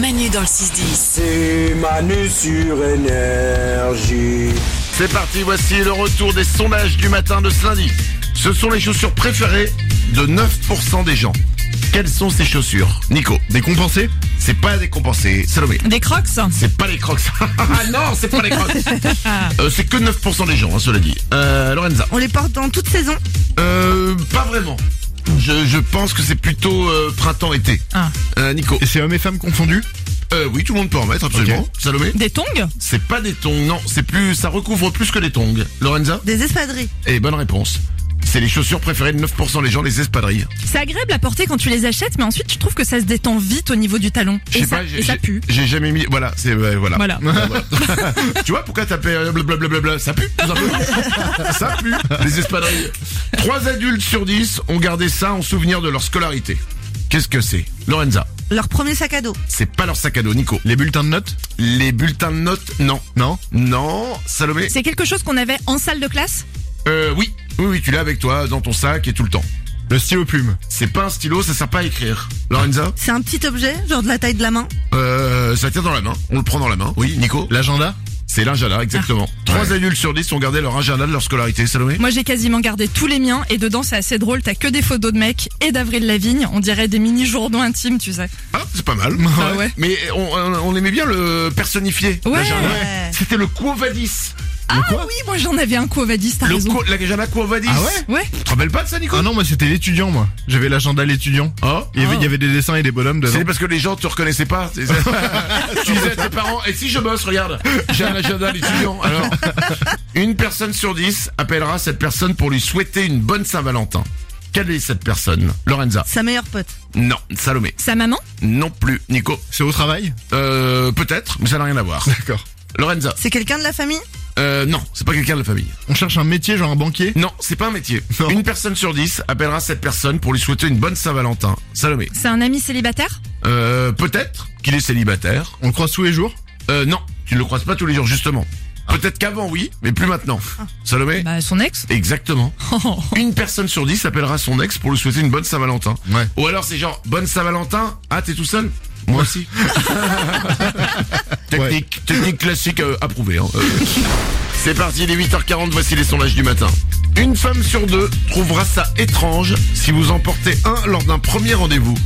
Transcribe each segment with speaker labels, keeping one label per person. Speaker 1: Manu dans le 6-10.
Speaker 2: C'est Manu sur énergie.
Speaker 3: C'est parti, voici le retour des sondages du matin de ce lundi. Ce sont les chaussures préférées de 9% des gens. Quelles sont ces chaussures Nico, décompensées C'est pas décompensé. Salomé,
Speaker 4: Des crocs
Speaker 3: c'est pas les crocs. Ah non, c'est pas les crocs. Euh, c'est que 9% des gens, hein, cela dit. Euh, Lorenza
Speaker 4: On les porte dans toute saison.
Speaker 3: Euh, pas vraiment. Je, je pense que c'est plutôt euh, printemps-été.
Speaker 4: Ah.
Speaker 3: Euh, Nico
Speaker 5: Et c'est hommes et femmes confondus
Speaker 3: euh, Oui, tout le monde peut en mettre, absolument. Salomé
Speaker 4: Des tongs
Speaker 3: C'est pas des tongs, non. C'est plus, ça recouvre plus que des tongs. Lorenza
Speaker 4: Des espadrilles.
Speaker 3: Et bonne réponse. C'est les chaussures préférées de 9% des gens, les espadrilles.
Speaker 4: C'est agréable à porter quand tu les achètes, mais ensuite je trouve que ça se détend vite au niveau du talon.
Speaker 3: Je
Speaker 4: Et
Speaker 3: sais
Speaker 4: ça,
Speaker 3: pas, j'ai-
Speaker 4: et ça
Speaker 3: j'ai-
Speaker 4: pue.
Speaker 3: J'ai jamais mis. Voilà, c'est ouais, voilà.
Speaker 4: Voilà.
Speaker 3: Ouais, voilà. tu vois pourquoi t'appelles euh, blablabla Ça pue. tout simplement. ça pue. Les espadrilles. Trois adultes sur 10 ont gardé ça en souvenir de leur scolarité. Qu'est-ce que c'est, Lorenza
Speaker 4: Leur premier sac à dos.
Speaker 3: C'est pas leur sac à dos, Nico.
Speaker 5: Les bulletins de notes
Speaker 3: Les bulletins de notes, non.
Speaker 5: Non
Speaker 3: Non, Salomé.
Speaker 4: C'est quelque chose qu'on avait en salle de classe
Speaker 3: Euh, oui, oui, oui, tu l'as avec toi, dans ton sac et tout le temps.
Speaker 5: Le stylo plume
Speaker 3: C'est pas un stylo, ça sert pas à écrire. Lorenza,
Speaker 4: C'est un petit objet, genre de la taille de la main.
Speaker 3: euh, ça tient dans la main. On le prend dans la main. Oui, Nico.
Speaker 5: L'agenda
Speaker 3: C'est l'agenda, Ah. exactement. Trois adultes sur 10 ont gardé leur agenda de leur scolarité, Salomé.
Speaker 4: Moi j'ai quasiment gardé tous les miens et dedans c'est assez drôle, t'as que des photos de mecs et d'Avril Lavigne, on dirait des mini journaux intimes, tu sais.
Speaker 3: Ah, c'est pas mal.
Speaker 4: Ah ouais.
Speaker 3: Mais on, on- on aimait bien le personnifier.
Speaker 4: Ouais.
Speaker 3: l'agenda. C'était le Quo Vadis.
Speaker 4: Ah oui, moi j'en avais un coup, Vadis, t'as
Speaker 3: Le
Speaker 4: raison.
Speaker 3: Quo- l'agenda Quo Vadis.
Speaker 5: Ah ouais
Speaker 4: Ouais,
Speaker 3: Tu te rappelles pas de ça, Nico
Speaker 5: Ah non, moi c'était l'étudiant, moi. J'avais l'agenda l'étudiant.
Speaker 3: Oh.
Speaker 5: Il y, avait, il y avait des dessins et des bonhommes dedans.
Speaker 3: C'est parce que les gens te reconnaissaient pas. C'est- tu disais à tes parents, et si je bosse, regarde, j'ai un agenda d'étudiant. Alors, une personne sur dix appellera cette personne pour lui souhaiter une bonne Saint-Valentin. Quelle est cette personne Lorenza
Speaker 4: sa meilleure pote.
Speaker 3: Non. Salomé
Speaker 4: Sa maman
Speaker 3: Non plus. Nico
Speaker 5: C'est au travail
Speaker 3: Euh, peut-être, mais ça n'a rien à voir.
Speaker 5: D'accord.
Speaker 3: Lorenza
Speaker 4: C'est quelqu'un de la famille
Speaker 3: Euh, non, c'est pas quelqu'un de la famille.
Speaker 5: On cherche un métier, genre un banquier
Speaker 3: Non, c'est pas un métier.
Speaker 5: Non.
Speaker 3: Une personne sur dix appellera cette personne pour lui souhaiter une bonne Saint-Valentin. Salomé
Speaker 4: C'est un ami célibataire
Speaker 3: Euh, peut-être qu'il est célibataire.
Speaker 5: On le croise tous les jours Ah.
Speaker 3: Euh, non, tu ne le croises pas tous les jours, justement. Peut-être qu'avant, oui, mais plus maintenant. Salomé
Speaker 4: Bah son ex
Speaker 3: Exactement. Une personne sur dix appellera son ex pour lui souhaiter une bonne Saint-Valentin.
Speaker 5: Ouais.
Speaker 3: Ou alors c'est genre, bonne Saint-Valentin, ah, t'es tout seul Moi aussi. technique, technique classique euh, approuvée. hein. Euh, C'est parti, il est 8h40, voici les sondages du matin. Une femme sur deux trouvera ça étrange si vous en portez un lors d'un premier rendez-vous.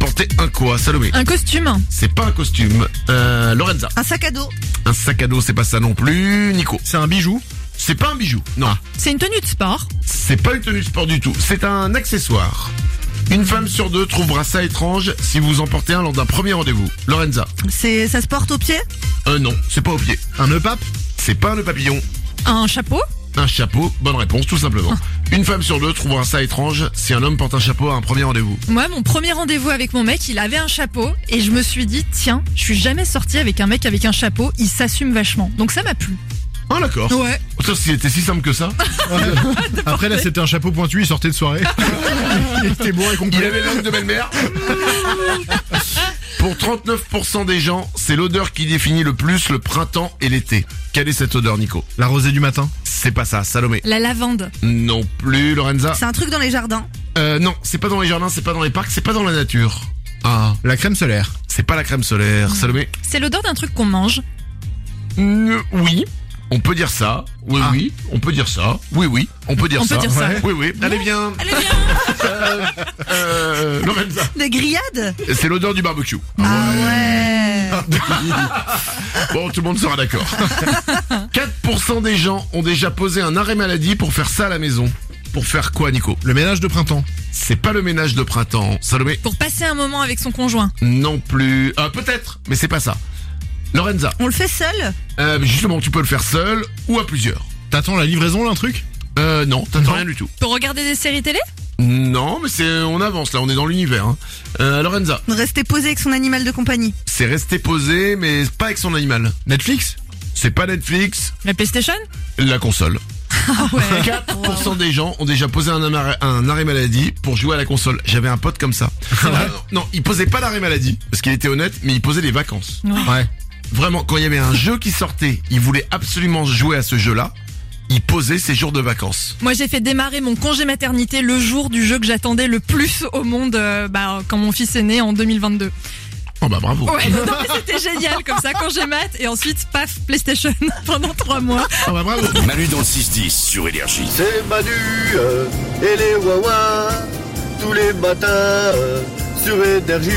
Speaker 3: Portez un quoi, Salomé
Speaker 4: Un costume
Speaker 3: C'est pas un costume. Euh, Lorenza.
Speaker 4: Un sac à dos
Speaker 3: Un sac à dos, c'est pas ça non plus. Nico,
Speaker 5: C'est un bijou Ah.
Speaker 3: c'est pas un bijou. Non,
Speaker 4: C'est une tenue de sport
Speaker 3: c'est pas une tenue de sport du tout. C'est un accessoire. Une femme sur deux trouvera ça étrange si vous en portez un lors d'un premier rendez-vous. Lorenza.
Speaker 4: C'est ça se porte au pied
Speaker 3: Euh non, c'est pas au pied.
Speaker 5: Un nœud pape
Speaker 3: C'est pas le papillon.
Speaker 4: Un chapeau
Speaker 3: Un chapeau, bonne réponse tout simplement. Une femme sur deux trouvera ça étrange si un homme porte un chapeau à un premier rendez-vous.
Speaker 4: Moi, mon premier rendez-vous avec mon mec, il avait un chapeau et je me suis dit, tiens, je suis jamais sortie avec un mec avec un chapeau, il s'assume vachement. Donc ça m'a plu.
Speaker 3: Ah d'accord.
Speaker 4: Ouais.
Speaker 3: Sauf si c'était si simple que ça.
Speaker 5: Après là c'était un chapeau pointu, il sortait de soirée. il était bourré et
Speaker 3: Il
Speaker 5: complet.
Speaker 3: avait l'âme de belle-mère. Pour 39% des gens, c'est l'odeur qui définit le plus le printemps et l'été. Quelle est cette odeur, Nico
Speaker 5: La rosée du matin
Speaker 3: C'est pas ça, Salomé.
Speaker 4: La lavande.
Speaker 3: Non plus, Lorenza.
Speaker 4: un truc dans les jardins.
Speaker 3: Euh, non, c'est pas dans les jardins, c'est pas dans les parcs, c'est pas dans la nature. Ah,
Speaker 5: La crème solaire
Speaker 3: c'est pas la crème solaire,
Speaker 4: Mm.
Speaker 3: Salomé.
Speaker 4: C'est l'odeur d'un truc qu'on mange.
Speaker 3: Mm, oui. On peut dire ça. Oui, oui. On peut dire ça. Oui, oui. On peut dire
Speaker 4: On peut
Speaker 3: ça.
Speaker 4: dire ça.
Speaker 3: Oui, oui. Allez bien.
Speaker 4: Allez bien
Speaker 3: Euh, Lorenza.
Speaker 4: Des grillades Euh,
Speaker 3: C'est l'odeur du barbecue.
Speaker 4: Ah ouais
Speaker 3: Bon, tout le monde sera d'accord. 4% des gens ont déjà posé un arrêt maladie pour faire ça à la maison. Pour faire quoi, Nico
Speaker 5: Le ménage de printemps
Speaker 3: C'est pas le ménage de printemps. Salomé
Speaker 4: Pour passer un moment avec son conjoint.
Speaker 3: Non plus. Ah, peut-être, mais c'est pas ça. Lorenza
Speaker 4: On le fait seul
Speaker 3: euh, Justement, tu peux le faire seul ou à plusieurs.
Speaker 5: T'attends la livraison là un truc
Speaker 3: Euh, non, t'attends rien du tout.
Speaker 4: Pour regarder des séries télé
Speaker 3: Non, mais c'est, on avance là, on est dans l'univers. hein. Euh, Lorenza
Speaker 4: Rester posé avec son animal de compagnie.
Speaker 3: C'est rester posé, mais pas avec son animal.
Speaker 5: Netflix
Speaker 3: C'est pas Netflix,
Speaker 4: La PlayStation
Speaker 3: la console.
Speaker 4: Ah ouais
Speaker 3: 4% des gens ont déjà posé un arrêt, un arrêt maladie pour jouer à la console. J'avais un pote comme ça. Euh, non, il posait pas l'arrêt maladie, parce qu'il était honnête, mais il posait les vacances.
Speaker 5: Ouais.
Speaker 3: Vraiment, quand il y avait un jeu qui sortait, il voulait absolument jouer à ce jeu-là, il posait ses jours de vacances.
Speaker 4: Moi, j'ai fait démarrer mon congé maternité le jour du jeu que j'attendais le plus au monde euh, bah, quand mon fils est né en 2022.
Speaker 3: Oh bah bravo.
Speaker 4: Ouais, non, mais c'était génial comme ça quand j'ai mat et ensuite paf PlayStation pendant trois mois.
Speaker 5: Ah bah bravo.
Speaker 1: Manu dans le 6-10 sur Énergie.
Speaker 6: C'est Manu euh, et les Wawa tous les matins euh, sur Énergie.